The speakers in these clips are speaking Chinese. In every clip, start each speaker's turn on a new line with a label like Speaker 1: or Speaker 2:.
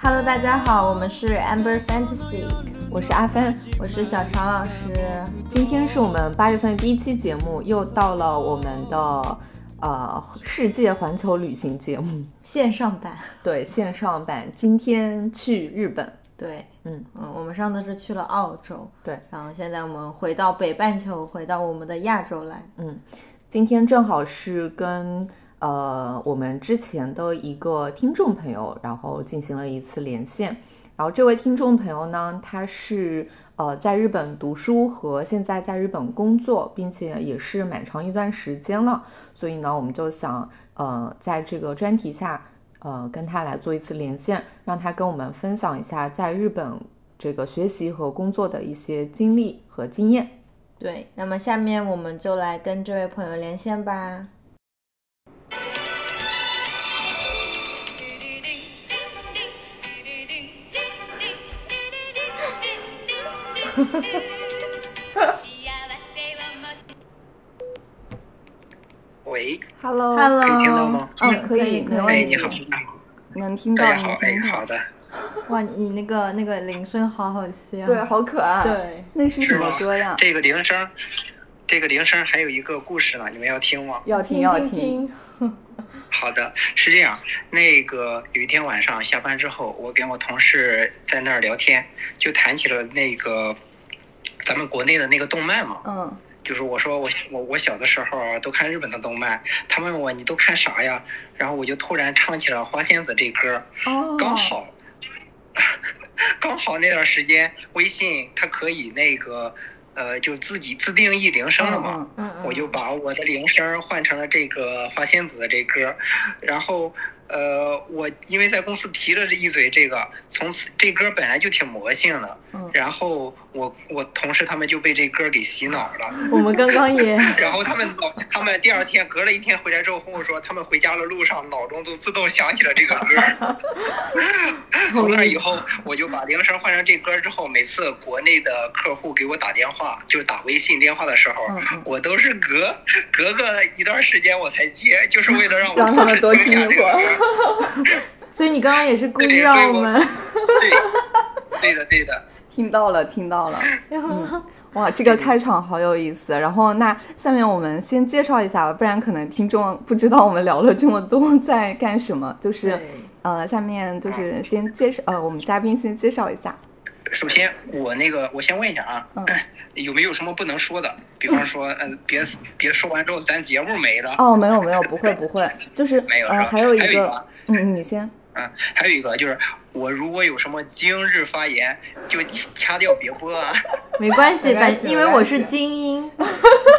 Speaker 1: Hello，大家好，我们是 Amber Fantasy，
Speaker 2: 我是阿芬，
Speaker 1: 我是小常老师。
Speaker 2: 今天是我们八月份的第一期节目，又到了我们的呃世界环球旅行节目，
Speaker 1: 线上版，
Speaker 2: 对线上版。今天去日本，
Speaker 1: 对，
Speaker 2: 嗯
Speaker 1: 嗯，我们上次是去了澳洲，
Speaker 2: 对，
Speaker 1: 然后现在我们回到北半球，回到我们的亚洲来。
Speaker 2: 今天正好是跟呃我们之前的一个听众朋友，然后进行了一次连线。然后这位听众朋友呢，他是呃在日本读书和现在在日本工作，并且也是蛮长一段时间了。所以呢，我们就想呃在这个专题下，呃跟他来做一次连线，让他跟我们分享一下在日本这个学习和工作的一些经历和经验。
Speaker 1: 对，那么下面我们就来跟这位朋友连线吧。
Speaker 3: 喂，
Speaker 2: Hello。
Speaker 1: Hello，
Speaker 3: 哦可以听到吗
Speaker 1: 嗯，可以，
Speaker 2: 可
Speaker 1: 没
Speaker 2: 以哎
Speaker 1: 问
Speaker 3: 哎，
Speaker 1: 题
Speaker 3: 你。好，
Speaker 1: 能听到，
Speaker 3: 大家
Speaker 1: 能
Speaker 3: 好，哎
Speaker 1: 听，到。
Speaker 3: 好的，
Speaker 1: 哇，你那个那个铃声好好笑。
Speaker 2: 对，好可爱。，
Speaker 1: 对，
Speaker 2: 那是什么歌呀？
Speaker 3: 这个铃声，这个铃声还有一个故事呢，你们要听吗？
Speaker 2: 要听
Speaker 1: 听
Speaker 2: 要
Speaker 1: 听听。
Speaker 3: 好的，是这样，那个有一天晚上下班之后，我跟我同事在那儿聊天，就谈起了那个咱们国内的那个动漫嘛，
Speaker 1: 嗯，
Speaker 3: 就是我说我我我小的时候啊都看日本的动漫，他问我你都看啥呀？然后我就突然唱起了《花仙子》这歌，
Speaker 2: 哦，
Speaker 3: 刚好， 刚好那段时间微信它可以那个，呃，就自己自定义铃声了嘛。
Speaker 2: 嗯
Speaker 1: 嗯嗯，
Speaker 3: 我就把我的铃声换成了这个花仙子的这歌，然后呃，我因为在公司提了这一嘴这个，从此这歌本来就挺魔性的，
Speaker 1: 嗯
Speaker 3: 然后我我同事他们就被这歌给洗脑了，
Speaker 2: 嗯
Speaker 1: 我们刚刚也，
Speaker 3: 然后他们脑，他们第二天隔了一天回来之后跟我说，他们回家的路上脑中都自动响起了这 个歌。从那以后，我就把铃声换成这歌之后，每次国内的客户给我打电话，就是打微信电话的时候，
Speaker 2: 嗯嗯
Speaker 3: 我都是隔隔个一段时间我才接，就是为了让我
Speaker 2: 让 他们多
Speaker 3: 同事
Speaker 2: 听
Speaker 3: 下
Speaker 2: 一
Speaker 3: 这
Speaker 2: 会
Speaker 3: 个
Speaker 2: 儿。
Speaker 1: 所以你刚刚也是故意
Speaker 3: 对
Speaker 1: 让
Speaker 3: 所以
Speaker 1: 我
Speaker 3: 我
Speaker 1: 们。
Speaker 3: 对，对的，对的。
Speaker 2: 听到了，听到了。嗯，哇，这个开场好有意思。然后，那下面我们先介绍一下吧，不然可能听众不知道我们聊了这么多在干什么。就是
Speaker 1: 对，
Speaker 2: 呃，下面就是先介绍，呃，我们嘉宾先介绍一下。
Speaker 3: 首先，我那个我先问一下啊，
Speaker 2: 嗯
Speaker 3: 有没有什么不能说的？比方说，嗯、别别说完之后咱节目没了。
Speaker 2: 哦，没有没有，不会不会，就是
Speaker 3: 没有
Speaker 2: 呃，
Speaker 3: 是吧
Speaker 2: 还有一
Speaker 3: 还有一
Speaker 2: 个
Speaker 3: 个，
Speaker 2: 嗯，嗯你先。
Speaker 3: 嗯，还有一个就是，我如果有什么今日发言，就掐掉别播啊。
Speaker 1: 没关系，
Speaker 2: 没
Speaker 1: 反
Speaker 2: 关系
Speaker 1: 因为
Speaker 2: 没
Speaker 1: 我
Speaker 2: 关
Speaker 1: 是
Speaker 2: 系
Speaker 1: 精英。
Speaker 3: 好的，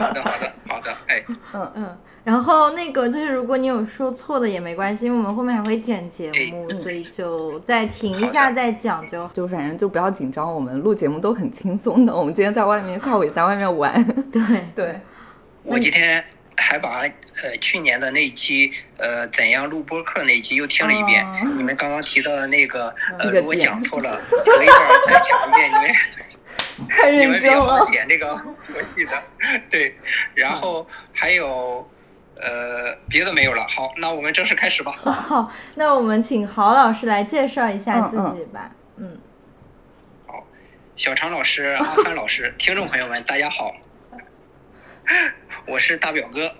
Speaker 3: 好的，好的，哎，
Speaker 2: 嗯嗯，
Speaker 1: 嗯，然后那个就是，如果你有说错的也没关系，因为我们后面还会剪节目，所以就再停一下
Speaker 3: 好
Speaker 1: 再讲就好。
Speaker 2: 就反正就不要紧张，我们录节目都很轻松的。我们今天在外面，下午也在外面玩。
Speaker 1: 对，
Speaker 2: 对，嗯
Speaker 3: 我今天还把呃去年的那一期呃怎样录播客那一期又听了一遍，
Speaker 2: 哦
Speaker 3: 你们刚刚提到的那个
Speaker 2: 那
Speaker 3: 呃，
Speaker 2: 个
Speaker 3: 如果
Speaker 2: 点
Speaker 3: 讲错了，可以再讲一遍，你们。
Speaker 2: 太
Speaker 3: 你
Speaker 2: 认
Speaker 3: 们
Speaker 2: 真
Speaker 3: 别
Speaker 2: 了
Speaker 3: 好。剪这个，我记得。对，然后还有，呃，别的没有了。好，那我们正式开始吧。
Speaker 1: 好，那我们请郝老师来介绍一下
Speaker 2: 嗯
Speaker 1: 自
Speaker 2: 嗯
Speaker 1: 己吧。嗯，
Speaker 3: 小常老师、阿帆老师、听众朋友们，大家好，我是大表哥。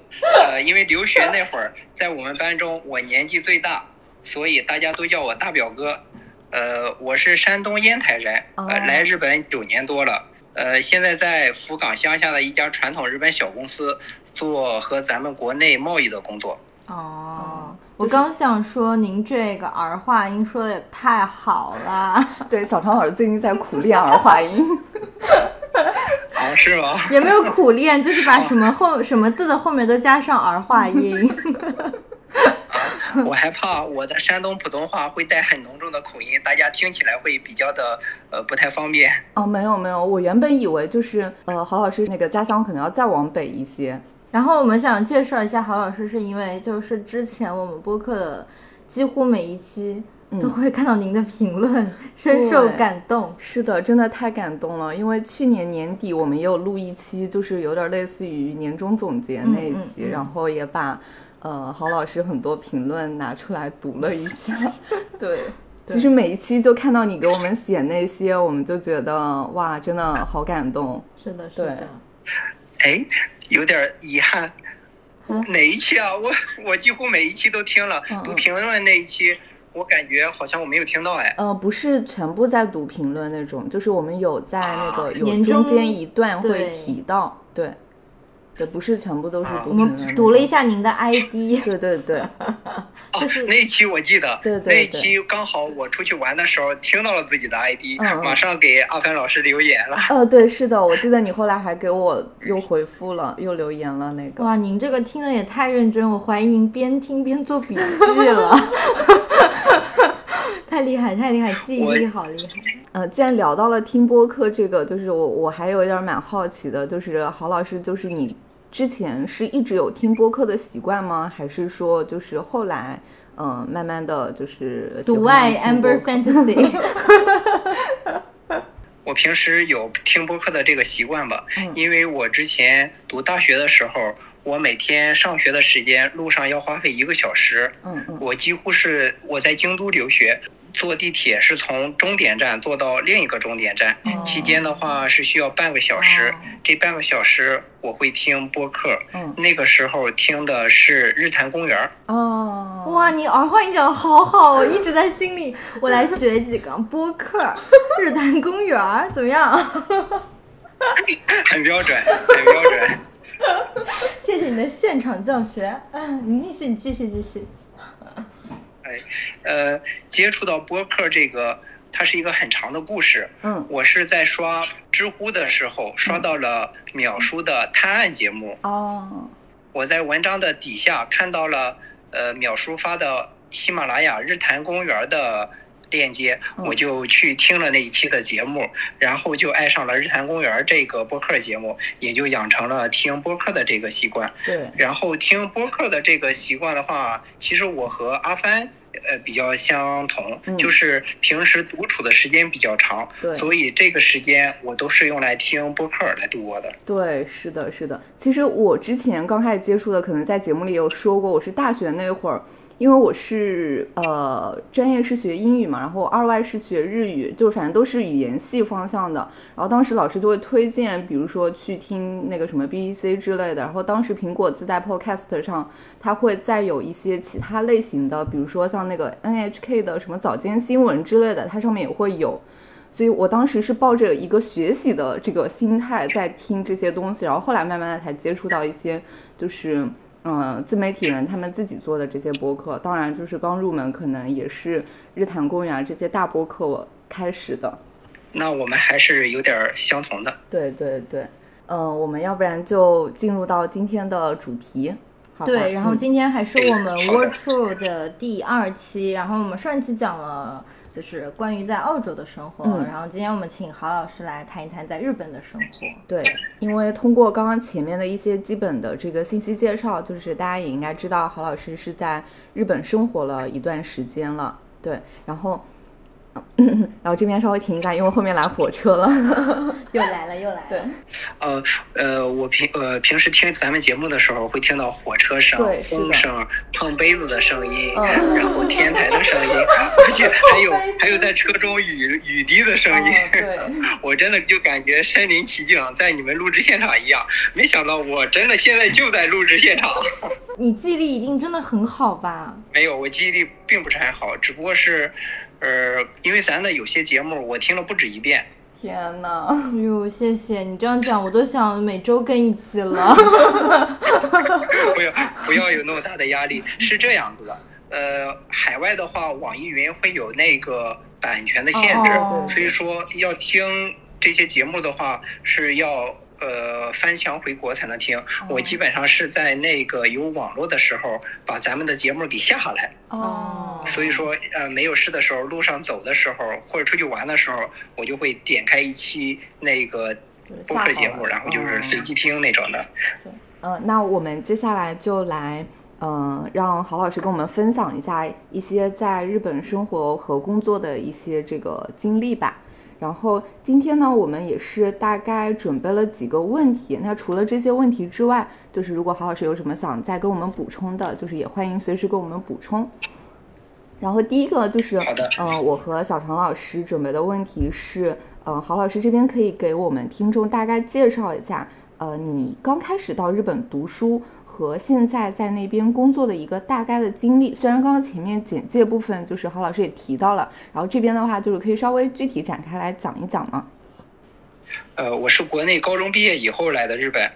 Speaker 3: 呃，因为留学那会儿，在我们班中我年纪最大，所以大家都叫我大表哥。呃，我是山东烟台人，
Speaker 2: 哦
Speaker 3: 呃，来日本九年多了。呃，现在在福冈乡下的一家传统日本小公司做和咱们国内贸易的工作。
Speaker 1: 哦
Speaker 2: 哦，
Speaker 1: 我刚想说您这个儿化音说的也太好了，
Speaker 2: 对，小常老师最近在苦练儿化音。
Speaker 3: 哦，是吗？
Speaker 1: 也没有苦练，就是把什么后什么字的后面都加上儿化音。
Speaker 3: 我还怕我的山东普通话会带很浓重的口音，大家听起来会比较的呃不太方便。
Speaker 2: 哦，没有没有，我原本以为就是呃，郝老师那个家乡可能要再往北一些。
Speaker 1: 然后我们想介绍一下郝老师，是因为就是之前我们播客的几乎每一期
Speaker 2: 嗯
Speaker 1: 都会看到您的评论，深受
Speaker 2: 对
Speaker 1: 感动。
Speaker 2: 是的，真的太感动了，因为去年年底我们也有录一期，就是有点类似于年终总结那一期，
Speaker 1: 嗯嗯嗯
Speaker 2: 然后也 把呃郝老师很多评论拿出来读了一下。对，其实每一期就看到你给我们写那些，我们就觉得哇，真的好感动。
Speaker 1: 是的，是的。
Speaker 3: 哎，有点遗憾，
Speaker 1: 嗯
Speaker 3: 哪一期啊？我我几乎每一期都听了
Speaker 2: 嗯，嗯
Speaker 3: 读评论那一期，我感觉好像我没有听到哎。
Speaker 2: 呃，不是全部在读评论那种，就是我们有在那个
Speaker 3: 啊
Speaker 2: 有
Speaker 1: 年
Speaker 2: 中
Speaker 1: 终
Speaker 2: 间一段会
Speaker 1: 对
Speaker 2: 提到，对，对，不是全部都是
Speaker 3: 啊
Speaker 2: 读
Speaker 1: 我
Speaker 2: 评论那
Speaker 1: 们读了一
Speaker 2: 种，
Speaker 1: 下您的 ID，
Speaker 2: 对对对，
Speaker 3: 哦
Speaker 1: 就是，
Speaker 3: 那一期我记得，
Speaker 2: 对对
Speaker 3: 那一
Speaker 2: 对
Speaker 3: 期刚好我出去玩的时候听到了自己的 ID，
Speaker 2: 嗯嗯
Speaker 3: 马上给阿凡老师留言了。
Speaker 2: 呃，对，是的，我记得你后来还给我又回复了，又留言了那个，
Speaker 1: 哇，您这个听的也太认真，我怀疑您边听边做笔记了， 太厉害，太厉害，记忆力好厉害。
Speaker 2: 呃，既然聊到了听播客这个，就是我我还有一点儿蛮好奇的，就是郝老师，就是你之前是一直有听播客的习惯吗？还是说就是后来，嗯、慢慢的就是喜
Speaker 1: 独
Speaker 2: 欢
Speaker 1: 爱
Speaker 2: 听播
Speaker 1: Amber
Speaker 2: 客
Speaker 1: Fantasy，
Speaker 3: 我平时有听播客的这个习惯吧，
Speaker 2: 嗯
Speaker 3: 因为我之前读大学的时候，我每天上学的时间路上要花费一个小时，
Speaker 2: 嗯嗯
Speaker 3: 我几乎是我在京都留学，坐地铁是从终点站坐到另一个终点站，
Speaker 2: 哦
Speaker 3: 期间的话是需要半个小时，这半个小时我会听播客，
Speaker 2: 嗯
Speaker 3: 那个时候听的是日坛公园儿，
Speaker 2: 哦，
Speaker 1: 哇，你儿化音讲的好好，我一直在心里，我来学几个播客，日坛公园儿怎么样？
Speaker 3: 很标准，很标准。
Speaker 1: 谢谢你的现场教学，嗯，你继续，你继续，继续。
Speaker 3: 哎，呃，接触到播客这个，它是一个很长的故事。
Speaker 2: 嗯
Speaker 3: 我是在刷知乎的时候刷到了淼叔的探案节目，
Speaker 2: 哦
Speaker 3: 我在文章的底下看到了呃淼叔发的喜马拉雅日坛公园的链接，
Speaker 2: 嗯
Speaker 3: 我就去听了那一期的节目，然后就爱上了日坛公园这个播客节目，也就养成了听播客的这个习惯。
Speaker 2: 对，
Speaker 3: 然后听播客的这个习惯的话，其实我和阿帆呃比较相同，
Speaker 2: 嗯
Speaker 3: 就是平时独处的时间比较长，
Speaker 2: 对
Speaker 3: 所以这个时间我都是用来听播客来度过的。
Speaker 2: 对，是的，是的。其实我之前刚开始接触的，可能在节目里有说过，我是大学那会儿，因为我是呃专业是学英语嘛，然后二外是学日语，就反正都是语言系方向的。然后当时老师就会推荐，比如说去听那个什么 BBC 之类的。然后当时苹果自带 Podcast 上，它会再有一些其他类型的，比如说像那个 NHK 的什么早间新闻之类的，它上面也会有。所以我当时是抱着一个学习的这个心态在听这些东西，然后后来慢慢的才接触到一些就是嗯、呃自媒体人他们自己做的这些播客，当然就是刚入门可能也是日坛公园啊这些大播客我开始的。
Speaker 3: 那我们还是有点相同的。
Speaker 2: 对对对，嗯、呃，我们要不然就进入到今天的主题，好吧
Speaker 1: 对，然后
Speaker 2: 嗯
Speaker 1: 今天还是我们
Speaker 3: 嗯
Speaker 1: World Tour 的第二期，然后我们上一期讲了就是关于在澳洲的生活，
Speaker 2: 嗯
Speaker 1: 然后今天我们请郝老师来谈一谈在日本的生活。
Speaker 2: 对，因为通过刚刚前面的一些基本的这个信息介绍，就是大家也应该知道郝老师是在日本生活了一段时间了。对，然后， 然后这边稍微停一下，因为后面来火车了。
Speaker 1: 又来了，又来了。
Speaker 2: 对
Speaker 3: 呃呃，我平呃平时听咱们节目的时候，会听到火车声
Speaker 2: 对、是的
Speaker 3: 风声、碰杯子的声音，
Speaker 2: 嗯
Speaker 3: 然后天台的 声音，而且还有还有在车中雨雨滴的声音。
Speaker 1: 哦
Speaker 2: 嗯
Speaker 3: 我真的就感觉身临其境，在你们录制现场一样。没想到我真的现在就在录 制现场。
Speaker 1: 你记忆力一定真的很好吧？
Speaker 3: 没有，我记忆力并不是很好，只不过是，呃，因为咱的有些节目我听了不止一遍。
Speaker 2: 天呐，
Speaker 1: 哎呦，谢谢你这样讲，我都想每周更一期了。
Speaker 3: 不要不要有那么大的压力。是这样子的，呃，海外的话，网易云会有那个版权的限制，
Speaker 1: 哦
Speaker 3: 所以说要听这些节目的话是要。呃，翻墙回国才能
Speaker 2: 哦
Speaker 3: 听。我基本上是在那个有网络的时候，把咱们的节目给下来。
Speaker 2: 哦
Speaker 3: 所以说，呃，没有事的时候，路上走的时候，或者出去玩的时候，我就会点开一期那个
Speaker 2: 就是
Speaker 3: 播
Speaker 2: 下
Speaker 3: 客
Speaker 2: 好
Speaker 3: 节
Speaker 2: 了
Speaker 3: 目，然后就是
Speaker 2: 嗯
Speaker 3: 随机听那种的。
Speaker 2: 呃，那我们接下来就来，嗯、让郝老师跟我们分享一下一些在日本生活和工作的一些这个经历吧。然后今天呢，我们也是大概准备了几个问题。那除了这些问题之外，就是如果郝老师有什么想再跟我们补充的，就是也欢迎随时跟我们补充。然后第一个就是，
Speaker 3: 好的
Speaker 2: 嗯、我和小常老师准备的问题是，嗯、郝老师这边可以给我们听众大概介绍一下，呃，你刚开始到日本读书和现在在那边工作的一个大概的经历。虽然刚刚前面简介部分就是郝老师也提到了，然后这边的话就是可以稍微具体展开来讲一讲吗？
Speaker 3: 呃，我是国内高中毕业以后来的日本，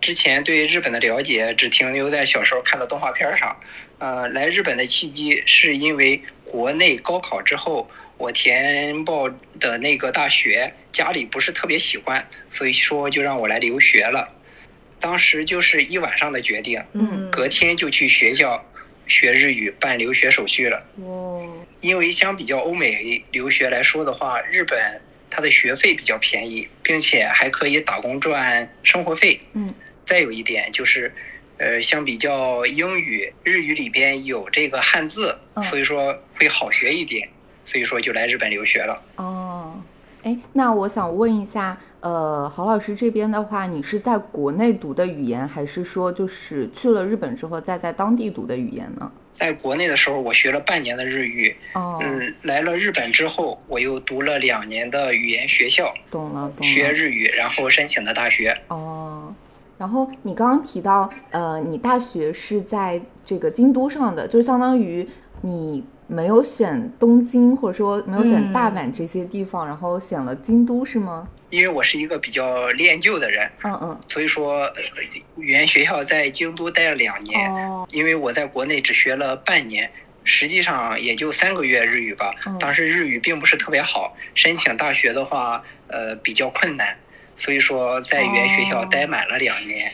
Speaker 3: 之前对日本的了解只停留在小时候看的动画片儿上。呃，来日本的契机是因为国内高考之后，我填报的那个大学家里不是特别喜欢，所以说就让我来留学了。当时就是一晚上的决定，
Speaker 1: 嗯，
Speaker 3: 隔天就去学校学日语办留学手续了。
Speaker 1: 哦，
Speaker 3: 因为相比较欧美留学来说的话，日本它的学费比较便宜，并且还可以打工赚生活费。
Speaker 2: 嗯，
Speaker 3: 再有一点就是，呃，相比较英语、日语里边有这个汉字
Speaker 2: 嗯，
Speaker 3: 所以说会好学一点，所以说就来日本留学了。
Speaker 2: 哦，哎，那我想问一下，呃，郝老师这边的话，你是在国内读的语言，还是说就是去了日本之后再在当地读的语言呢？
Speaker 3: 在国内的时候，我学了半年的日语，
Speaker 2: 哦，
Speaker 3: 嗯，来了日本之后，我又读了两年的语言学校，
Speaker 2: 懂了，懂
Speaker 3: 嗯学
Speaker 2: 了。
Speaker 3: 日语，然后申请的大学。
Speaker 2: 哦，然后你刚刚提到，呃，你大学是在这个京都上的，就相当于你没有选东京，或者说没有选大阪这些地方，然后选了京都，是吗？
Speaker 3: 因为我是一个比较恋旧的人，
Speaker 2: 嗯嗯。
Speaker 3: 所以说，呃语言学校在京都待了两年，
Speaker 2: 哦，
Speaker 3: 因为我在国内只学了半年，实际上也就三个月日语吧
Speaker 2: 嗯。
Speaker 3: 当时日语并不是特别好，申请大学的话，呃，比较困难，所以说在语言学校
Speaker 2: 哦
Speaker 3: 待满了两年。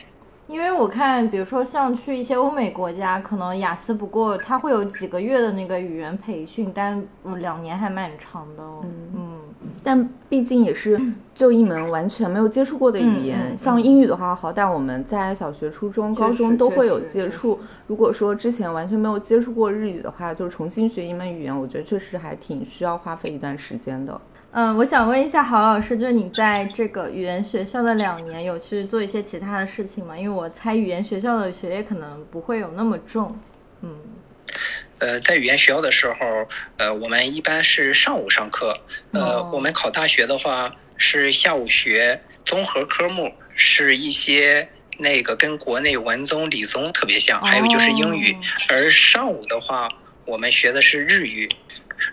Speaker 1: 因为我看，比如说像去一些欧美国家，可能雅思不过，它会有几个月的那个语言培训，但嗯两年还蛮长的哦。嗯
Speaker 2: 但毕竟也是就一门完全没有接触过的语言，
Speaker 1: 嗯嗯嗯
Speaker 2: 像英语的话，好歹我们在小学、初中、高中都会有
Speaker 1: 确实确实
Speaker 2: 接触。如果说之前完全没有接触过日语的话，就重新学一门语言，我觉得确实还挺需要花费一段时间的。
Speaker 1: 嗯，我想问一下郝老师，就是你在这个语言学校的两年，有去做一些其他的事情吗？因为我猜语言学校的学业可能不会有那么重。嗯
Speaker 3: 呃，在语言学校的时候，呃，我们一般是上午上课，呃，
Speaker 1: 哦
Speaker 3: 我们考大学的话是下午学综合科目，是一些那个跟国内文综、理综特别像，还有就是英语。
Speaker 1: 哦
Speaker 3: 而上午的话，我们学的是日语，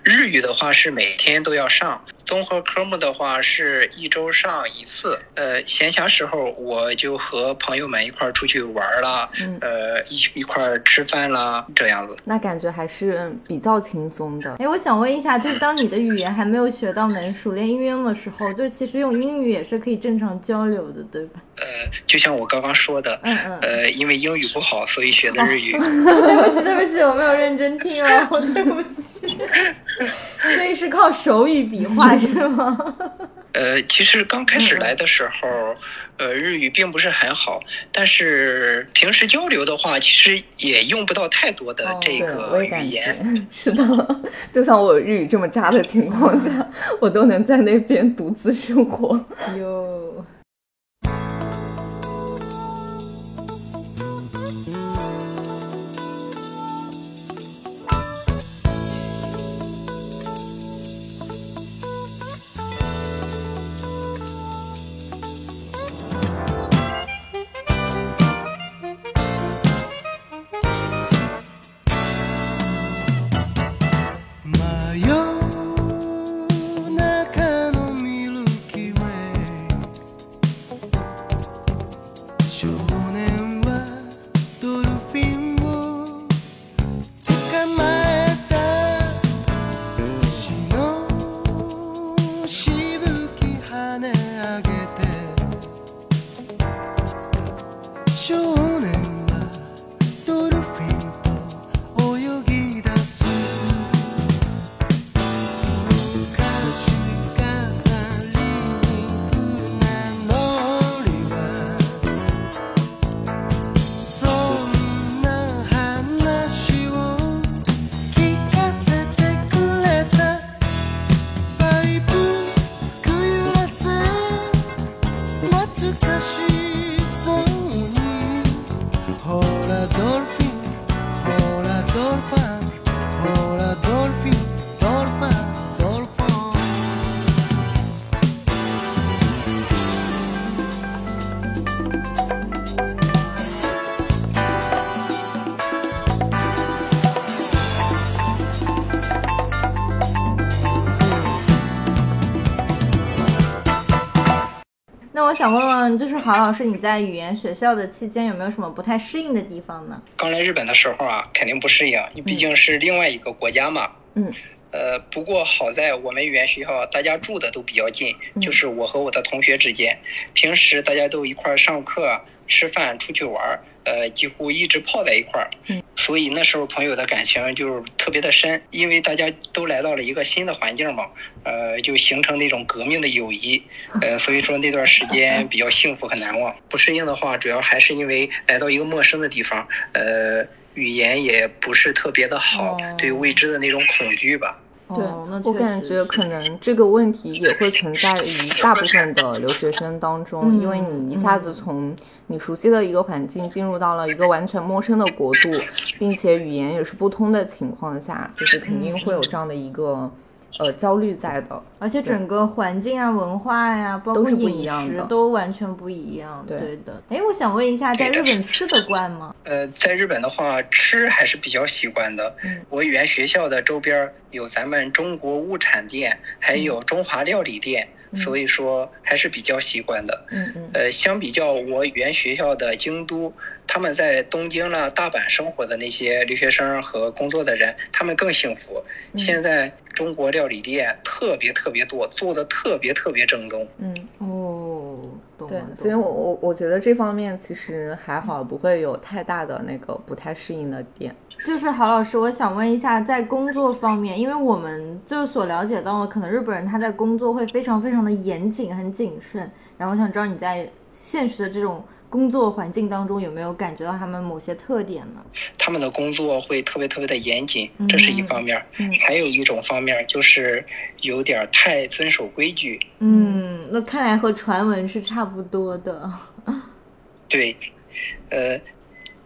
Speaker 3: 日语的话是每天都要上，综合科目的话是一周上一次。呃，闲暇时候我就和朋友们一块儿出去玩儿啦，
Speaker 2: 嗯
Speaker 3: 呃，一一块儿吃饭啦，这样子。
Speaker 2: 那感觉还是比较轻松的。
Speaker 1: 哎，我想问一下，就是当你的语言还没有学到门熟练应用的时候，就其实用英语也是可以正常交流的，对吧？
Speaker 3: 呃，就像我刚刚说的，
Speaker 1: 嗯嗯。
Speaker 3: 呃，因为英语不好，所以学的日 语。
Speaker 1: 对不起，对不起，我没有认真听 哦，我对不起。 所以是靠手语比划是吗？
Speaker 3: 呃，其实刚开
Speaker 2: 嗯
Speaker 3: 始来的时候，呃，日语并不是很好，但是平时交流的话，其实也用不到太多的
Speaker 1: 哦
Speaker 3: 这
Speaker 2: 对，我
Speaker 3: 个
Speaker 2: 也
Speaker 3: 语
Speaker 2: 感觉
Speaker 3: 言。
Speaker 2: 是的。就像我日语这么渣的情况下，我都能在那边独自生活。
Speaker 1: 哟，
Speaker 4: 「真夜中のミルキーウェイ」「少年はドルフィンを捕まえた」「星のしぶき跳ね上げて」「少年はドルフィンと泳ぎ出す」昔からリンクなのりはそんな話を聞かせてくれたパイプくゆらせ懐かしそうにほらドルフィンほらドルファンほらドル
Speaker 1: 想问问，就是郝老师，你在语言学校的期间有没有什么不太适应的地方呢？
Speaker 3: 刚来日本的时候啊，肯定不适应，你毕竟是另外一个国家嘛。
Speaker 2: 嗯。
Speaker 3: 呃，不过好在我们语言学校啊大家住的都比较近，
Speaker 2: 嗯
Speaker 3: 就是我和我的同学之间，平时大家都一块儿上课、啊吃饭、出去玩儿，呃，几乎一直泡在一块儿。
Speaker 2: 嗯。
Speaker 3: 所以那时候朋友的感情就是特别的深，因为大家都来到了一个新的环境嘛，呃，就形成那种革命的 友谊。呃，所以说那段时间比较幸福，很难忘。不适应的话，主要还是因为来到一个陌生的地方，呃，语言也不是特别的好，
Speaker 2: 哦
Speaker 3: 对未知的那种恐惧吧。
Speaker 1: 对
Speaker 2: 哦
Speaker 1: 那
Speaker 2: 我
Speaker 1: 确
Speaker 2: 感
Speaker 1: 实
Speaker 2: 觉可能这个问题也会存在于大部分的留学生当中，因为
Speaker 1: 嗯
Speaker 2: 你一下子从你熟悉的一个环境进入到了一个完全陌生的国度，并且语言也是不通的情况下，就是肯定会有这样的一个呃焦虑在的。
Speaker 1: 而且
Speaker 2: 对
Speaker 1: 整个环境啊、文化呀、包
Speaker 2: 都
Speaker 1: 括
Speaker 2: 是不一
Speaker 1: 饮
Speaker 2: 样
Speaker 1: 食
Speaker 2: 的
Speaker 1: 都完全不一样。
Speaker 2: 对
Speaker 1: 对的。哎，我想问一下，在
Speaker 3: 对
Speaker 1: 日
Speaker 3: 的
Speaker 1: 本吃得惯吗？
Speaker 3: 呃，在日本的话，吃还是比较习惯的。
Speaker 2: 嗯
Speaker 3: 我语言学校的周边儿有咱们中国物产店，还有中华料理店，
Speaker 2: 嗯
Speaker 3: 所以说还是比较习惯的。
Speaker 2: 嗯嗯
Speaker 3: 呃，相比较我语言学校的京都，他们在东京啦、大阪生活的那些留学生和工作的人，他们更幸福。
Speaker 2: 嗯
Speaker 3: 现在中国料理店特别特别多，做的特别特别正宗。
Speaker 2: 嗯，
Speaker 1: 哦，懂
Speaker 2: 对
Speaker 1: 了。，
Speaker 2: 所以
Speaker 1: 懂
Speaker 2: 我
Speaker 1: 了
Speaker 2: 我我觉得这方面其实还好，不会有太大的那个不太适应的点。
Speaker 1: 就是郝老师，我想问一下，在工作方面，因为我们就是所了解到的，可能日本人他在工作会非常非常的严谨、很谨慎。然后我想知道你在现实的这种工作环境当中，有没有感觉到他们某些特点呢？
Speaker 3: 他们的工作会特别特别的严谨
Speaker 1: 嗯，
Speaker 3: 这是一方面儿。
Speaker 1: 嗯
Speaker 3: 还有一种方面儿就是有点儿太遵守规矩。
Speaker 1: 嗯，那看来和传闻是差不多的。
Speaker 3: 对，呃，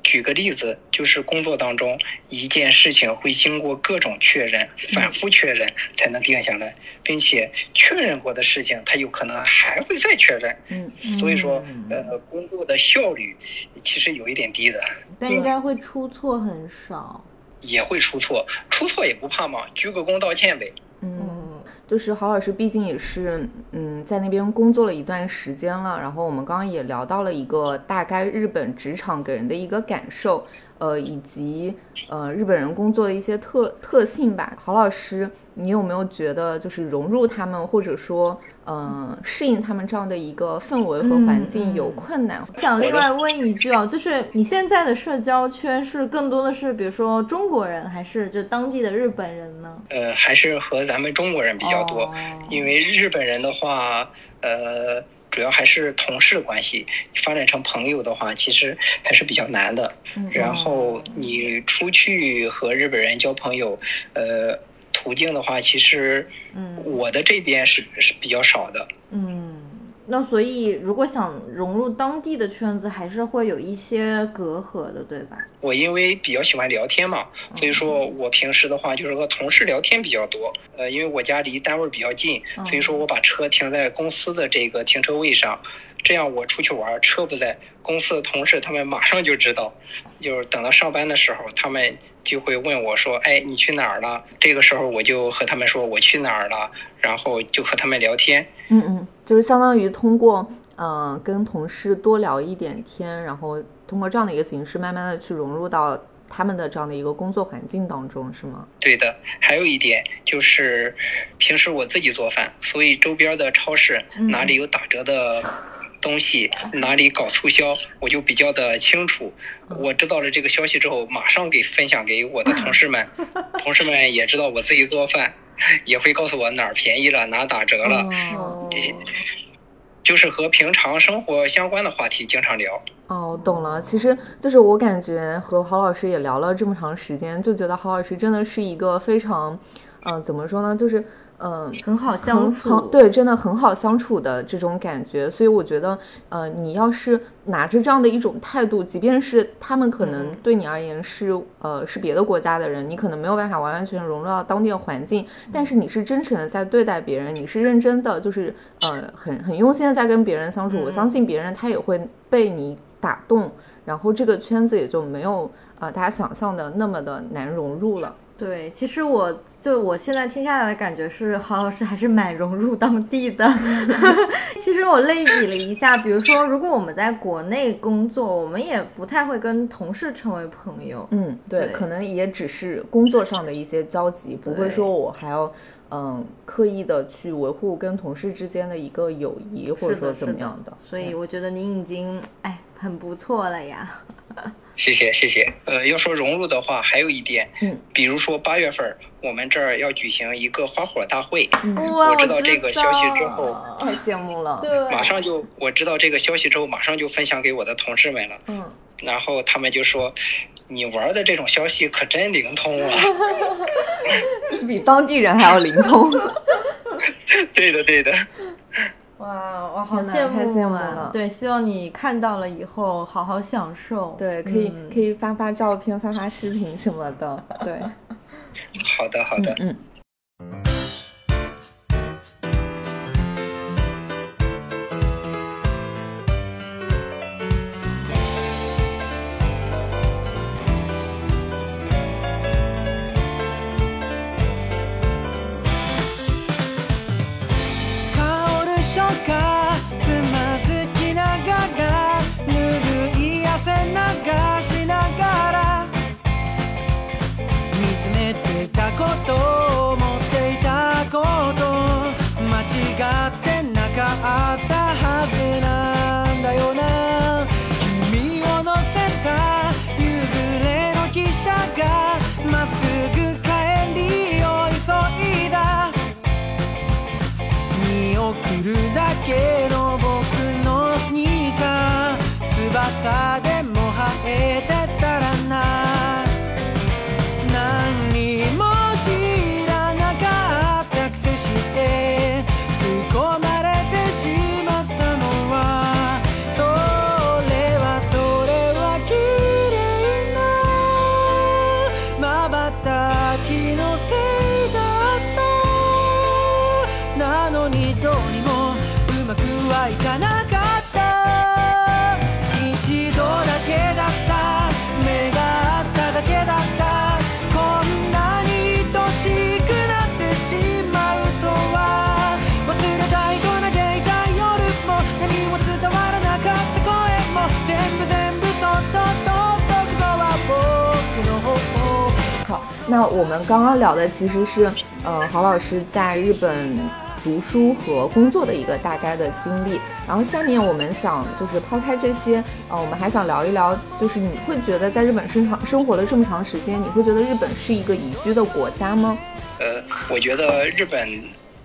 Speaker 3: 举个例子，就是工作当中一件事情会经过各种确认，
Speaker 1: 嗯
Speaker 3: 反复确认才能定下来，并且确认过的事情，它有可能还会再确认。
Speaker 2: 嗯，
Speaker 3: 所以说
Speaker 1: 嗯，
Speaker 3: 呃，工作的效率其实有一点低的。
Speaker 1: 但应该会出错很少。
Speaker 3: 也会出错，出错也不怕嘛，鞠个躬道歉呗。
Speaker 2: 嗯，就是郝老师，毕竟也是嗯在那边工作了一段时间了，然后我们刚刚也聊到了一个大概日本职场给人的一个感受，呃，以及呃日本人工作的一些特特性吧。郝老师，你有没有觉得就是融入他们，或者说嗯、呃适应他们这样的一个氛围和环境有
Speaker 1: 嗯嗯
Speaker 2: 困难？
Speaker 1: 想另外问一句哦，就是你现在的社交圈是更多的是比如说中国人，还是就当地的日本人呢？
Speaker 3: 呃，还是和咱们中国人比较多，
Speaker 1: 哦
Speaker 3: 因为日本人的话，呃，主要还是同事关系，发展成朋友的话，其实还是比较难
Speaker 1: 哦
Speaker 3: 的。
Speaker 2: 嗯
Speaker 3: 然后你出去和日本人交朋友，呃，途径的话，其实
Speaker 1: 嗯
Speaker 3: 我的这边是是比较少的。
Speaker 1: 嗯，那所以如果想融入当地的圈子，还是会有一些隔阂的，对吧？
Speaker 3: 我因为比较喜欢聊天嘛，所以说我平时的话就是和同事聊天比较多。呃，因为我家离单位比较近，
Speaker 1: 嗯
Speaker 3: 所以说我把车停在公司的这个停车位上，这样我出去玩，车不在，公司的同事他们马上就知道，就是等到上班的时候，他们就会问我说：“哎，你去哪儿了？”这个时候我就和他们说我去哪儿了，然后就和他们聊天。
Speaker 2: 嗯嗯，就是相当于通过嗯、呃跟同事多聊一点天，然后通过这样的一个形式，慢慢的去融入到他们的这样的一个工作环境当中，是吗？
Speaker 3: 对的，还有一点就是，平时我自己做饭，所以周边的超市
Speaker 1: 嗯
Speaker 3: 哪里有打折的东西，哪里搞促销，我就比较的清楚。
Speaker 2: 嗯
Speaker 3: 我知道了这个消息之后，马上给分享给我的同事 们，同事们也知道我自己做饭，也会告诉我哪儿便宜了，哪儿打折了，
Speaker 2: 哦
Speaker 1: 哦，
Speaker 3: 就是和平常生活相关的话题经常聊。
Speaker 2: 哦，懂了。其实就是我感觉和郝老师也聊了这么长时间，就觉得郝老师真的是一个非常，嗯、怎么说呢，就是嗯、呃
Speaker 1: 很好相
Speaker 2: 很
Speaker 1: 处
Speaker 2: 很，对，真的很好相处的这种感觉。所以我觉得，呃，你要是拿着这样的一种态度，即便是他们可能
Speaker 1: 嗯
Speaker 2: 对你而言是、呃是别的国家的人，你可能没有办法完完全全融入到当地的环境，但是你是真诚的在对待别人，你是认真的，就是呃很很用心的在跟别人相处。我
Speaker 1: 嗯
Speaker 2: 呃相信别人他也会被你打动，然后这个圈子也就没有呃大家想象的那么的难融入了。
Speaker 1: 对，其实我就我现在听下来的感觉是，郝老师还是蛮融入当地 的。其实我类比了一下，比如说，如果我们在国内工作，我们也不太会跟同事成为朋友。
Speaker 2: 嗯，对，
Speaker 1: 对
Speaker 2: 可能也只是工作上的一些交集，不会
Speaker 1: 对
Speaker 2: 说我还要嗯刻意的去维护跟同事之间的一个友谊，或者
Speaker 1: 是
Speaker 2: 说
Speaker 1: 的
Speaker 2: 怎
Speaker 1: 是
Speaker 2: 么
Speaker 1: 的
Speaker 2: 样的。嗯
Speaker 1: 所以我觉得您已经哎很不错了呀。
Speaker 3: 谢谢谢谢。呃，要说融入的话，还有一点，
Speaker 2: 嗯，
Speaker 3: 比如说八月份儿我们这儿要举行一个花火大会，
Speaker 2: 嗯，
Speaker 1: 哇，
Speaker 3: 我知道
Speaker 1: 道
Speaker 3: 这个消息之后
Speaker 2: 太羡慕了。
Speaker 1: 对，
Speaker 3: 马上就我知道这个消息之后，马上就分享给我的同事们了，
Speaker 2: 嗯，
Speaker 3: 然后他们就说。你玩的这种消息可真灵通 啊！
Speaker 2: 就是比当地人还要灵通。
Speaker 3: 对的，对的，
Speaker 1: 哇，我好
Speaker 2: 天哪
Speaker 1: 羡慕
Speaker 2: 太羡慕
Speaker 1: 啊
Speaker 2: 了
Speaker 1: 对，希望你看到了以后好好享受。
Speaker 2: 对，可以、
Speaker 1: 嗯
Speaker 2: 可以发发照片、发发视频什么的。对，
Speaker 3: 好的，好的。
Speaker 2: 嗯
Speaker 5: 香る初夏つまずきながらぬるい汗流しながら見つめていたこと思っていたこと間違ってなかったはずなんだよな君を乗せた夕暮れの汽車がまっすぐ帰りを急いだ見送るだけの僕のスニーカー翼でも生えてたらな何も知らなかったくせして吸い込まれてしまったのはそれはそれは綺麗な瞬きのせいだったなのにどうにもうまくはいかなかった一度だけだった目が合っただけだったこんなに愛しくなってしまうとは忘れたいと嘆いた夜も何も伝わらなかった声も全部全部そっと取っとくのは僕の方
Speaker 2: 好，那我们刚刚聊的其实是，呃，郝老师在日本读书和工作的一个大概的经历。然后下面我们想就是抛开这些，呃，我们还想聊一聊，就是你会觉得在日本生长生活了这么长时间，你会觉得日本是一个宜居的国家吗？
Speaker 3: 呃，我觉得日本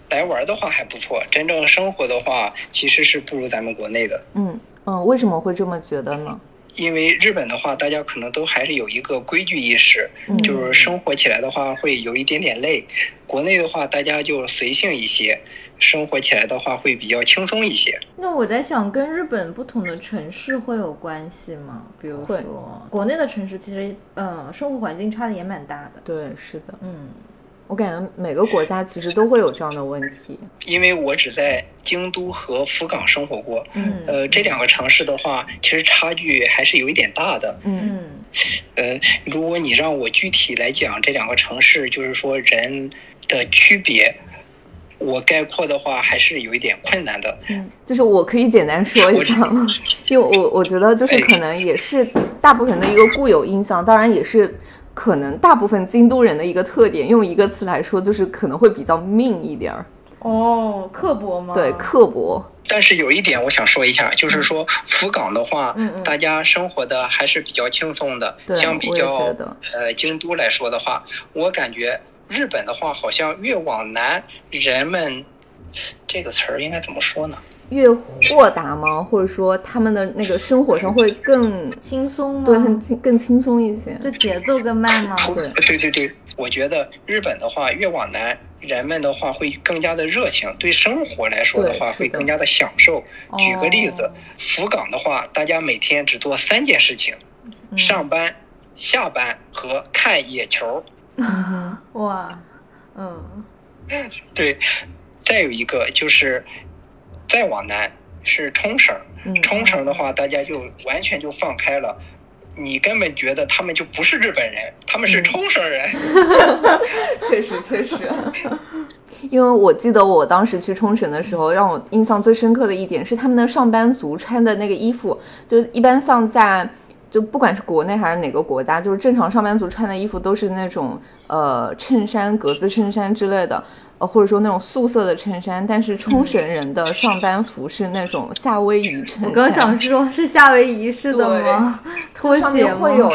Speaker 3: 来玩的话还不错，真正生活的话其实是不如咱们国内的。
Speaker 2: 嗯嗯、为什么会这么觉得呢？
Speaker 3: 因为日本的话，大家可能都还是有一个规矩意识，
Speaker 2: 嗯
Speaker 3: 就是生活起来的话会有一点点累。国内的话，大家就随性一些，生活起来的话会比较轻松一些。
Speaker 1: 那我在想，跟日本不同的城市会有关系吗？比如
Speaker 2: 会
Speaker 1: 说，国内的城市其实，嗯，生活环境差的也蛮大的。
Speaker 2: 对，是的，
Speaker 1: 嗯，
Speaker 2: 我感觉每个国家其实都会有这样的问题。
Speaker 3: 因为我只在京都和福冈生活过，
Speaker 1: 嗯
Speaker 3: 呃，这两个城市的话，其实差距还是有一点大的。
Speaker 2: 嗯
Speaker 1: 嗯
Speaker 3: 呃，如果你让我具体来讲这两个城市，就是说人的区别，我概括的话还是有一点困难的。
Speaker 2: 嗯，就是我可以简单说一下吗？因为我我觉得就是可能也是大部分人的一个固有印象，当然也是可能大部分京都人的一个特点。用一个词来说，就是可能会比较命一点儿，
Speaker 1: 哦，刻薄吗？
Speaker 2: 对，刻薄。
Speaker 3: 但是有一点我想说一下，就是说福冈的话，
Speaker 1: 嗯嗯
Speaker 3: 大家生活的还是比较轻松的。
Speaker 2: 对
Speaker 3: 相比
Speaker 2: 我也
Speaker 3: 较
Speaker 2: 觉得
Speaker 3: 呃京都来说的话，我感觉日本的话，好像越往南，人们这个词儿应该怎么说呢？
Speaker 2: 越豁达吗？或者说他们的那个生活上会更
Speaker 1: 轻松吗？
Speaker 2: 对，很轻更轻松一些。
Speaker 1: 就节奏更慢吗？
Speaker 3: 出
Speaker 2: 啊对
Speaker 3: 对对对，我觉得日本的话，越往南，人们的话会更加的热情，对生活来说的
Speaker 2: 对
Speaker 3: 话
Speaker 2: 是
Speaker 3: 会
Speaker 2: 的
Speaker 3: 更加的享受。 举个例子
Speaker 1: 哦，
Speaker 3: 福冈的话，大家每天只做三件事情：
Speaker 1: 嗯
Speaker 3: 上班、下班和看野球。
Speaker 1: 哇，嗯
Speaker 3: 对，再有一个就是，再往南是冲绳，
Speaker 2: 嗯
Speaker 3: 哦冲绳的话，大家就完全就放开了。你根本觉得他们就不是日本人，他们是冲绳人。
Speaker 2: 确实确实。 因为我记得我当时去冲绳的时候，让我印象最深刻的一点是他们的上班族穿的那个衣服，就是一般像在就不管是国内还是哪个国家，就是正常上班族穿的衣服都是那种呃衬衫、格子衬衫之类的，呃或者说那种素色的衬衫，但是冲绳人的上班服是那种夏威夷衬衫。
Speaker 1: 我刚想说，是夏威夷式的吗？ 拖
Speaker 2: 上
Speaker 1: 鞋
Speaker 2: 面
Speaker 1: 吗
Speaker 2: 会？有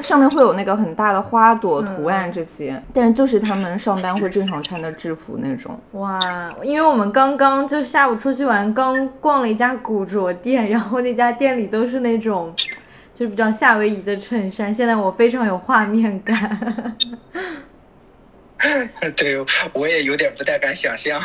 Speaker 2: 上面会有那个很大的花朵图案这些，但是就是他们上班会正常穿的制服那种。
Speaker 1: 哇，因为我们刚刚就下午出去玩，刚逛了一家古着店，然后那家店里都是那种。就是比较夏威夷的衬衫，现在我非常有画面感。
Speaker 3: 对，我也有点不太敢想象。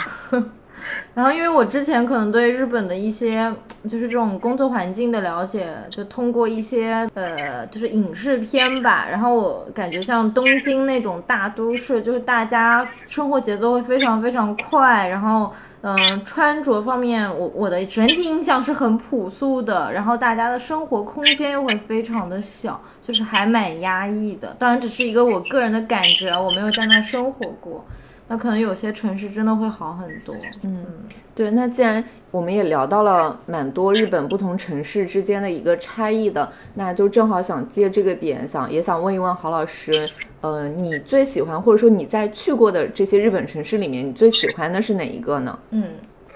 Speaker 1: 然后，因为我之前可能对日本的一些就是这种工作环境的了解，就通过一些呃，就是影视片吧。然后我感觉像东京那种大都市，就是大家生活节奏会非常非常快，然后嗯、呃穿着方面，我我的整体印象是很朴素的。然后大家的生活空间又会非常的小，就是还蛮压抑的。当然，只是一个我个人的感觉，啊我没有在那儿生活过。那可能有些城市真的会好很多，嗯。
Speaker 2: 对，那既然我们也聊到了蛮多日本不同城市之间的一个差异的，那就正好想借这个点，想也想问一问郝老师，呃，你最喜欢或者说你在去过的这些日本城市里面，你最喜欢的是哪一个呢？
Speaker 1: 嗯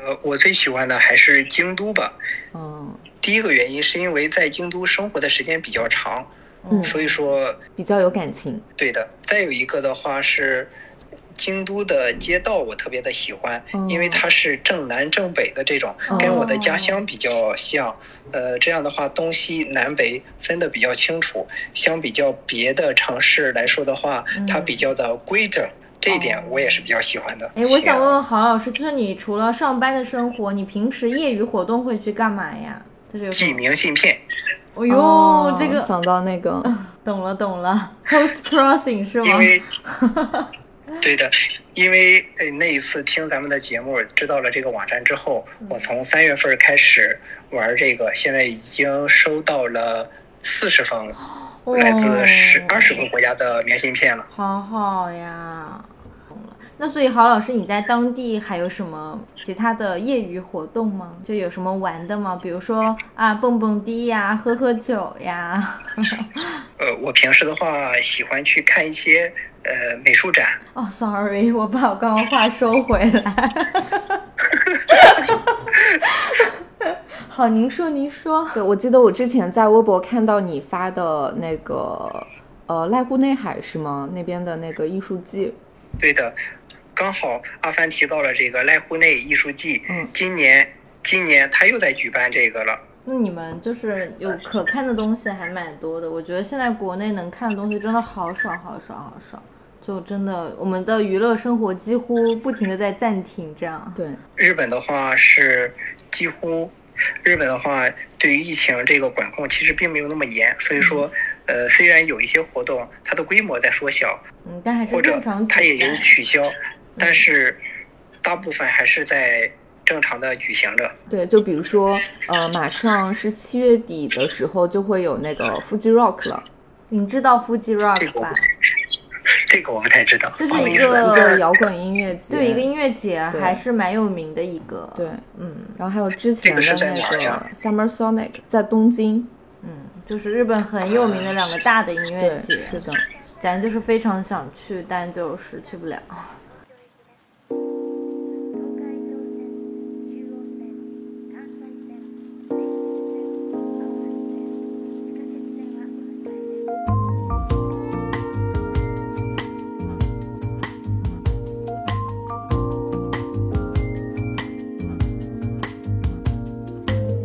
Speaker 3: 呃，我最喜欢的还是京都吧。
Speaker 2: 嗯
Speaker 3: 第一个原因是因为在京都生活的时间比较长，
Speaker 2: 嗯，
Speaker 3: 所以说
Speaker 2: 比较有感情。
Speaker 3: 对的。再有一个的话是，京都的街道我特别的喜欢，
Speaker 1: 哦
Speaker 2: 嗯
Speaker 3: 因为它是正南正北的这种，跟我的家乡比较像。呃，这样的话东西南北分的比较清楚，相比较别的城市来说的话，它
Speaker 1: 嗯
Speaker 3: 比较的规整，这一点我也是比较喜欢的。
Speaker 1: 哎，哦我想问问郝老师，就是你除了上班的生活，你平时业余活动会去干嘛呀？就是有什
Speaker 3: 寄
Speaker 1: 么？
Speaker 3: 明信片，
Speaker 1: 哦哟，
Speaker 2: 哦
Speaker 1: 这个
Speaker 2: 想到那个，
Speaker 1: 懂了懂了，Post Crossing 是
Speaker 3: 因
Speaker 1: 吗？
Speaker 3: 为，对的，因为呃那一次听咱们的节目，知道了这个网站之后，
Speaker 1: 嗯
Speaker 3: 我从三月份开始玩这个，现在已经收到了四十封
Speaker 1: 哦
Speaker 3: 来自十二十个国家的明信片了。
Speaker 1: 好好呀，懂了。那所以郝老师，你在当地还有什么其他的业余活动吗？就有什么玩的吗？比如说啊，蹦蹦迪呀，喝喝酒呀。
Speaker 3: 呃，我平时的话喜欢去看一些呃美术展，
Speaker 1: 哦，sorry，我 把我刚刚话收回来。 好，您说，您说。
Speaker 2: 对我记得我之前在微博看到你发的那个，呃，濑户内海是吗？那边的那个艺术季，
Speaker 3: 对的，刚好阿帆提到了这个濑户内艺术季，
Speaker 2: 嗯
Speaker 3: 今年今年他又在举办这个了。
Speaker 1: 那你们就是有可看的东西还蛮多的，我觉得现在国内能看的东西真的好少好少好少，就真的我们的娱乐生活几乎不停的在暂停这样。
Speaker 2: 对，
Speaker 3: 日本的话是几乎，日本的话对于疫情这个管控其实并没有那么严，所以说，
Speaker 1: 嗯
Speaker 3: 呃，虽然有一些活动它的规模在缩小，
Speaker 1: 嗯，但还是
Speaker 3: 或者
Speaker 1: 正常
Speaker 3: 它也
Speaker 1: 举
Speaker 3: 有
Speaker 1: 办
Speaker 3: 取消，
Speaker 1: 嗯
Speaker 3: 但是大部分还是在正常的举行着。
Speaker 2: 对，就比如说，呃，马上是七月底的时候就会有那个 Fuji Rock 了，
Speaker 1: 你知道 Fuji
Speaker 3: 这
Speaker 1: Rock
Speaker 3: 个我
Speaker 1: 吧
Speaker 3: 不？这个我不太知道，
Speaker 1: 这是
Speaker 3: 不好
Speaker 1: 一
Speaker 3: 意思
Speaker 1: 个
Speaker 2: 一个摇滚音乐节，
Speaker 1: 对，一个音乐节
Speaker 2: 对
Speaker 1: 还是蛮有名的一个。
Speaker 2: 对，
Speaker 1: 嗯
Speaker 2: 然后还有之前的
Speaker 3: 这个是在
Speaker 2: 那
Speaker 3: 哪
Speaker 2: 个
Speaker 3: 儿呀
Speaker 2: Summer Sonic 在东京，
Speaker 1: 嗯，就是日本很有名的两个大的音乐
Speaker 2: 对，
Speaker 1: 节。
Speaker 2: 是的，
Speaker 1: 咱就是非常想去，但就是去不了。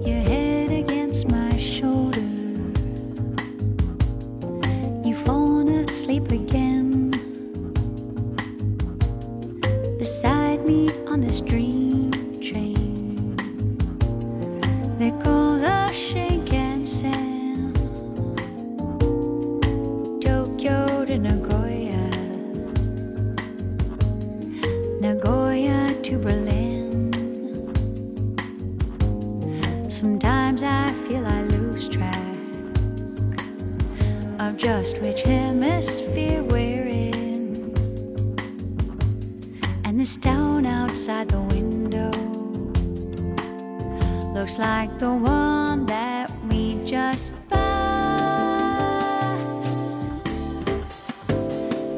Speaker 6: Your head against my shoulder. You've fallen asleep again. Beside me on this dream train. They call the Shinkansen. Tokyo to Nagoya. Nagoya to Berlin. Sometimes I feel I lose track atmosphere we're in. And this town outside the window looks like the one that we just passed.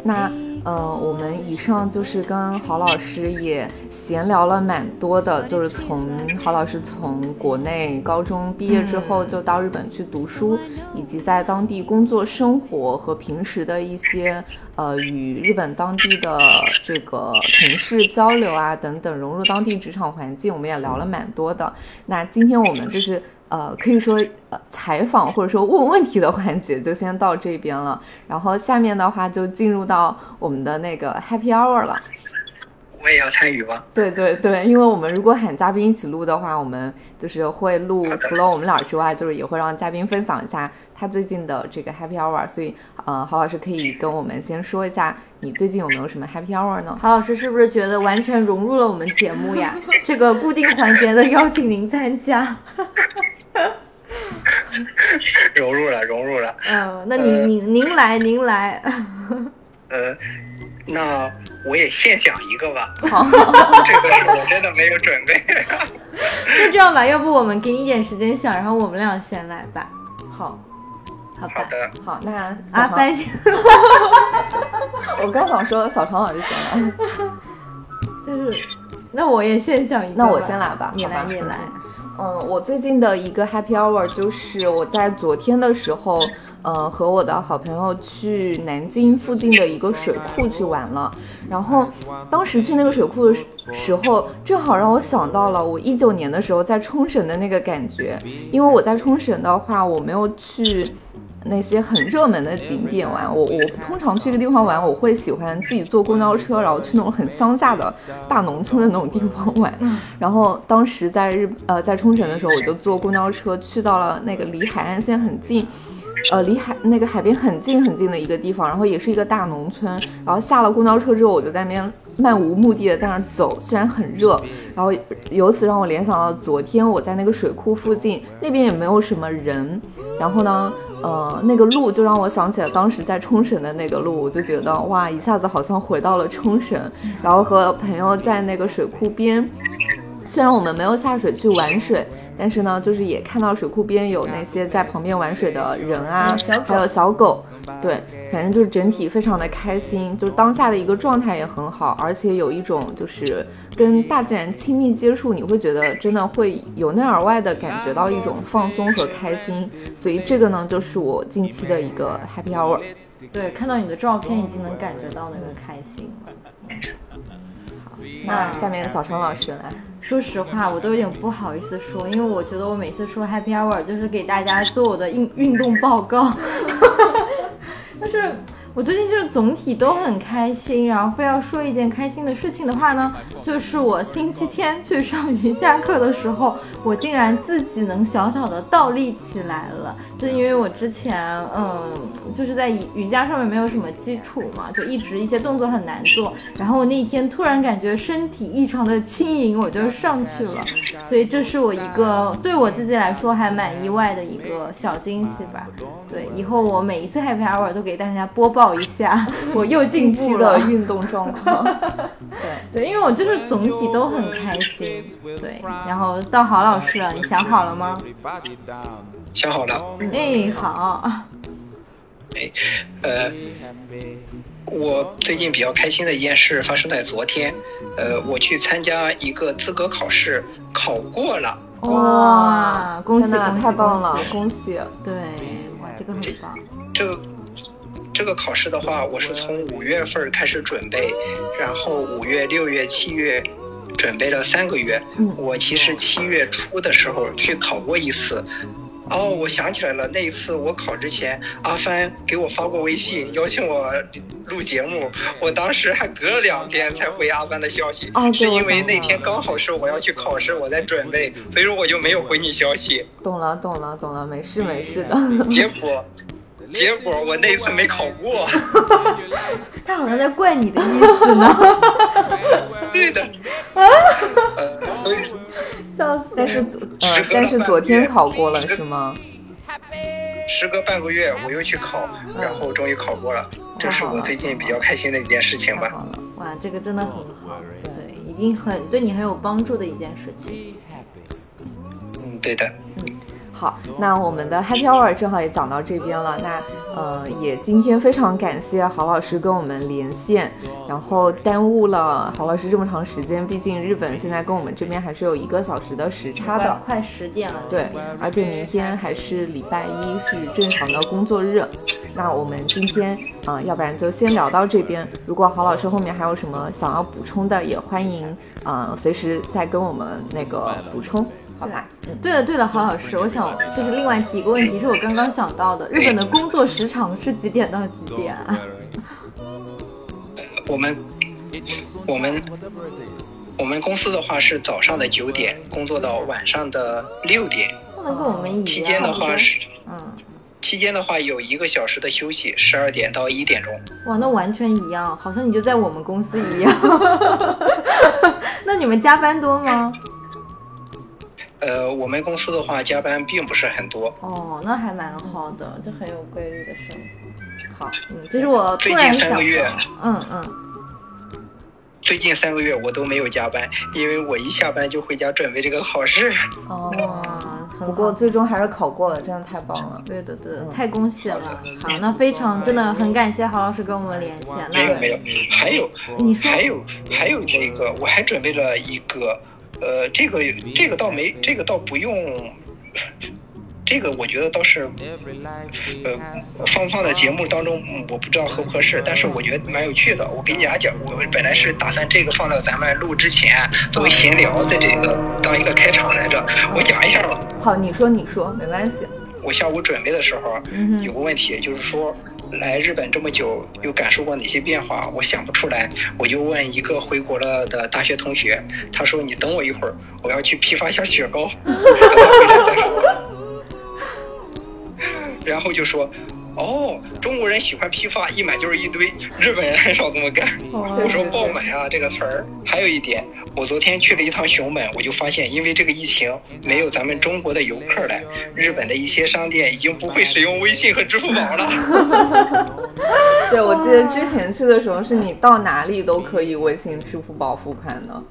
Speaker 2: 那呃，我们以上就是跟郝老师也闲聊了蛮多的，就是从郝老师从国内高中毕业之后就到日本去读书，以及在当地工作生活和平时的一些呃与日本当地的这个同事交流啊等等，融入当地职场环境，我们也聊了蛮多的。那今天我们就是呃，可以说呃采访或者说问问题的环节就先到这边了，然后下面的话就进入到我们的那个 Happy Hour 了。
Speaker 3: 我也要参与吗？
Speaker 2: 对对对，因为我们如果喊嘉宾一起录的话，我们就是会录，除了我们俩之外，就是也会让嘉宾分享一下他最近的这个 Happy Hour。所以，呃，郝老师可以跟我们先说一下，你最近有没有什么 Happy Hour 呢？
Speaker 1: 郝老师是不是觉得完全融入了我们节目呀？这个固定环节的邀请您参加。
Speaker 3: 融入了，融入了。
Speaker 1: 嗯，那
Speaker 2: 呃
Speaker 1: 您您您来您来， 嗯
Speaker 3: 呃，那我也现想一个吧。 好，这个是我真的没有准备。
Speaker 1: 那这样吧，要不我们给你一点时间想，然后我们俩先来吧，
Speaker 2: 好，
Speaker 1: 好吧
Speaker 3: 好？的，
Speaker 2: 好，那小
Speaker 1: 啊，
Speaker 2: 常，
Speaker 1: 翻新，
Speaker 2: 我刚想说小常老师先来，
Speaker 1: 就是，那我也现想一个吧，
Speaker 2: 那我先来吧
Speaker 1: 你
Speaker 2: 好
Speaker 1: 来
Speaker 2: 吧
Speaker 1: 你来，
Speaker 2: 嗯，我最近的一个 happy hour 就是我在昨天的时候，呃，和我的好朋友去南京附近的一个水库去玩了。然后当时去那个水库的时时候，正好让我想到了我一九年的时候在冲绳的那个感觉，因为我在冲绳的话，我没有去。那些很热门的景点玩，我我通常去一个地方玩，我会喜欢自己坐公交车，然后去那种很乡下的大农村的那种地方玩。然后当时在日呃在冲绳的时候，我就坐公交车去到了那个离海岸线很近，呃离海那个海边很近很近的一个地方，然后也是一个大农村。然后下了公交车之后，我就在那边漫无目的的在那儿走，虽然很热，然后由此让我联想到昨天我在那个水库附近，那边也没有什么人。然后呢，呃，那个路就让我想起了当时在冲绳的那个路，我就觉得哇，一下子好像回到了冲绳。然后和朋友在那个水库边。虽然我们没有下水去玩水，但是呢，就是也看到水库边有那些在旁边玩水的人啊，
Speaker 1: 嗯
Speaker 2: 还有小狗，对，反正就是整体非常的开心，就是当下的一个状态也很好，而且有一种就是跟大自然亲密接触，你会觉得真的会由内而外的感觉到一种放松和开心，所以这个呢，就是我近期的一个 happy hour。
Speaker 1: 对，看到你的照片已经能感觉到那个开心了。
Speaker 2: 那下面小常老师来，
Speaker 1: 说实话，我都有点不好意思说，因为我觉得我每次说 Happy Hour 就是给大家做我的运运动报告， 但是。我最近就是总体都很开心，然后非要说一件开心的事情的话呢，就是我星期天去上瑜伽课的时候，我竟然自己能小小的倒立起来了，就因为我之前嗯，就是在瑜伽上面没有什么基础嘛，就一直一些动作很难做，然后我那一天突然感觉身体异常的轻盈，我就上去了，所以这是我一个对我自己来说还蛮意外的一个小惊喜吧。对，以后我每一次 Happy Hour 都给大家播报一下我又进
Speaker 2: 近期
Speaker 1: 步了。
Speaker 2: 的运动状况。
Speaker 1: 对，因为我就是总体都很开心。对，然后到郝老师了，你想好了吗？
Speaker 3: 想好了。
Speaker 1: 哎，好，
Speaker 3: 哎，呃，我最近比较开心的一件事发生在昨天，呃，我去参加一个资格考试，考过了。
Speaker 1: 哇，恭喜
Speaker 2: 天哪
Speaker 1: 恭喜，
Speaker 2: 太棒了
Speaker 1: 恭，喜
Speaker 2: 恭喜！
Speaker 1: 对，哇，这个很棒。
Speaker 3: 这个这个考试的话，我是从五月份开始准备，然后五月、六月、七月准备了三个月。
Speaker 2: 嗯
Speaker 3: 我其实七月初的时候去考过一次。哦，我想起来了，那一次我考之前，阿帆给我发过微信，邀请我录节目，我当时还隔了两天才回阿帆的消息，
Speaker 2: 哦对
Speaker 3: 是因
Speaker 2: 我想
Speaker 3: 为
Speaker 2: 起
Speaker 3: 那
Speaker 2: 来
Speaker 3: 天刚好是我要去考试，我在准备，所以说我就没有回你消息。
Speaker 2: 懂了，懂了，懂了，没事没事的。
Speaker 3: 结果，结果我那次没考过。
Speaker 1: 他好像在怪你的意 思呢，,
Speaker 3: 对的。呃，所以
Speaker 1: 笑死。
Speaker 2: 但是昨呃，但是昨天考过了是吗？
Speaker 3: 时隔半个月我又去考，然后终于考过了，这是我最近比较开心的一件事情
Speaker 1: 太
Speaker 3: 吧。
Speaker 1: 好了，哇，这个真的很好，对，一定很对你很有帮助的一件事情。
Speaker 3: 嗯，对的。
Speaker 2: 好，那我们的 Happy Hour 正好也讲到这边了。那呃，也今天非常感谢郝老师跟我们连线，然后耽误了郝老师这么长时间，毕竟日本现在跟我们这边还是有一个小时的时差的
Speaker 1: 快。快十点了，
Speaker 2: 对，而且明天还是礼拜一，是正常的工作日。那我们今天啊、呃要不然就先聊到这边。如果郝老师后面还有什么想要补充的，也欢迎啊、呃随时再跟我们那个补充，好吧？嗯，
Speaker 1: 对了对了，郝老师，我想就是另外提一个问题，是我刚刚想到的，日本的工作时长是几点到几点啊？
Speaker 3: 我们我们我们公司的话是早上的九点工作到晚上的六点，
Speaker 1: 不能跟我们一样。
Speaker 3: 期间的话是
Speaker 1: 嗯，
Speaker 3: 期间的话有一个小时的休息，十二点到一点钟。
Speaker 1: 哇，那完全一样，好像你就在我们公司一样。 那你们加班多吗？
Speaker 3: 呃，我们公司的话加班并不是很多，
Speaker 1: 哦，那还蛮好的，这很有规律的生活。
Speaker 2: 好。
Speaker 1: 嗯，这是我突
Speaker 3: 最
Speaker 1: 然想
Speaker 3: 近三
Speaker 1: 到
Speaker 3: 个月，
Speaker 1: 嗯嗯，
Speaker 3: 最近三个月我都没有加班，因为我一下班就回家准备这个考试。
Speaker 2: 哦，
Speaker 1: 哇，很
Speaker 2: 不过
Speaker 1: 好
Speaker 2: 最终还是考过了，真的太棒了。
Speaker 1: 对的对的，
Speaker 2: 嗯
Speaker 1: 太恭喜了。好，那非常真的很感谢郝老师跟我们连线。
Speaker 3: 没
Speaker 1: 那
Speaker 3: 有
Speaker 1: 嗯
Speaker 3: 没有，哎还有
Speaker 1: 你说
Speaker 3: 还有还有这个，我还准备了一个，呃，这个这个倒没，这个倒不用，这个我觉得倒是，呃，放不放在节目当中，嗯我不知道合不合适，但是我觉得蛮有趣的。我跟大家讲，我本来是打算这个放到咱们录之前作为闲聊的这个当一个开场来着。我讲一下吧，
Speaker 2: 好，你说你说，没关系。
Speaker 3: 我下午准备的时候
Speaker 1: 嗯哼
Speaker 3: 有个问题，就是说来日本这么久，有感受过哪些变化？我想不出来，我就问一个回国了的大学同学，他说你等我一会儿，我要去批发下雪糕， 然后回来再说。然后就说。哦，中国人喜欢批发，一买就是一堆，日本人很少这么干。我说爆买啊这个词儿。还有一点，我昨天去了一趟熊本，我就发现，因为这个疫情，没有咱们中国的游客来，日本的一些商店已经不会使用微信和支付宝了。
Speaker 2: 对，我记得之前去的时候，是你到哪里都可以微信、支付宝付款的。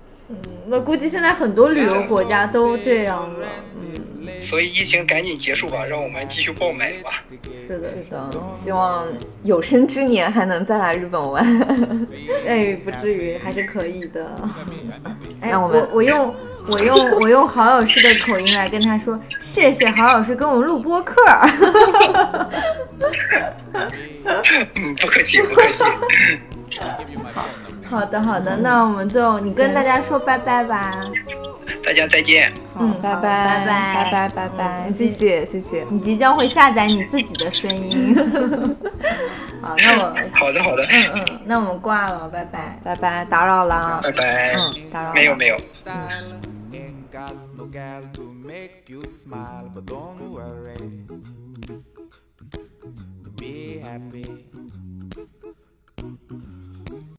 Speaker 1: 我估计现在很多旅游国家都这样了。嗯，
Speaker 3: 所以疫情赶紧结束吧，让我们继续爆买吧。
Speaker 1: 是的，
Speaker 2: 是的，希望有生之年还能再来日本 玩。
Speaker 1: 哎，不至于，还是可以的。 哎，
Speaker 2: 那我
Speaker 1: 我
Speaker 2: 们
Speaker 1: 我用我用我用郝老师的口音来跟他说，谢谢郝老师跟我们录播客。
Speaker 3: 嗯，不客气，不客气。
Speaker 1: 好的好的，
Speaker 2: 嗯
Speaker 1: 那我们就你跟大家说拜拜吧。
Speaker 3: 大家再见。
Speaker 1: 嗯，
Speaker 2: 拜
Speaker 1: 好
Speaker 2: 拜，
Speaker 1: 拜
Speaker 2: 拜拜，
Speaker 1: 拜
Speaker 2: 拜
Speaker 1: 嗯
Speaker 2: 拜，
Speaker 1: 你
Speaker 2: 谢
Speaker 1: 自
Speaker 2: 谢，谢谢。
Speaker 1: 你即将会下载你自己的声音。好，那我
Speaker 3: 好的，好的，
Speaker 1: 嗯嗯，那我们挂了，拜拜。
Speaker 2: 拜拜，打扰啦
Speaker 3: 拜。拜。
Speaker 2: 嗯，打扰。
Speaker 3: 没有，没有。
Speaker 5: style ain't got no gal to make you smile, but don't worry, be happy.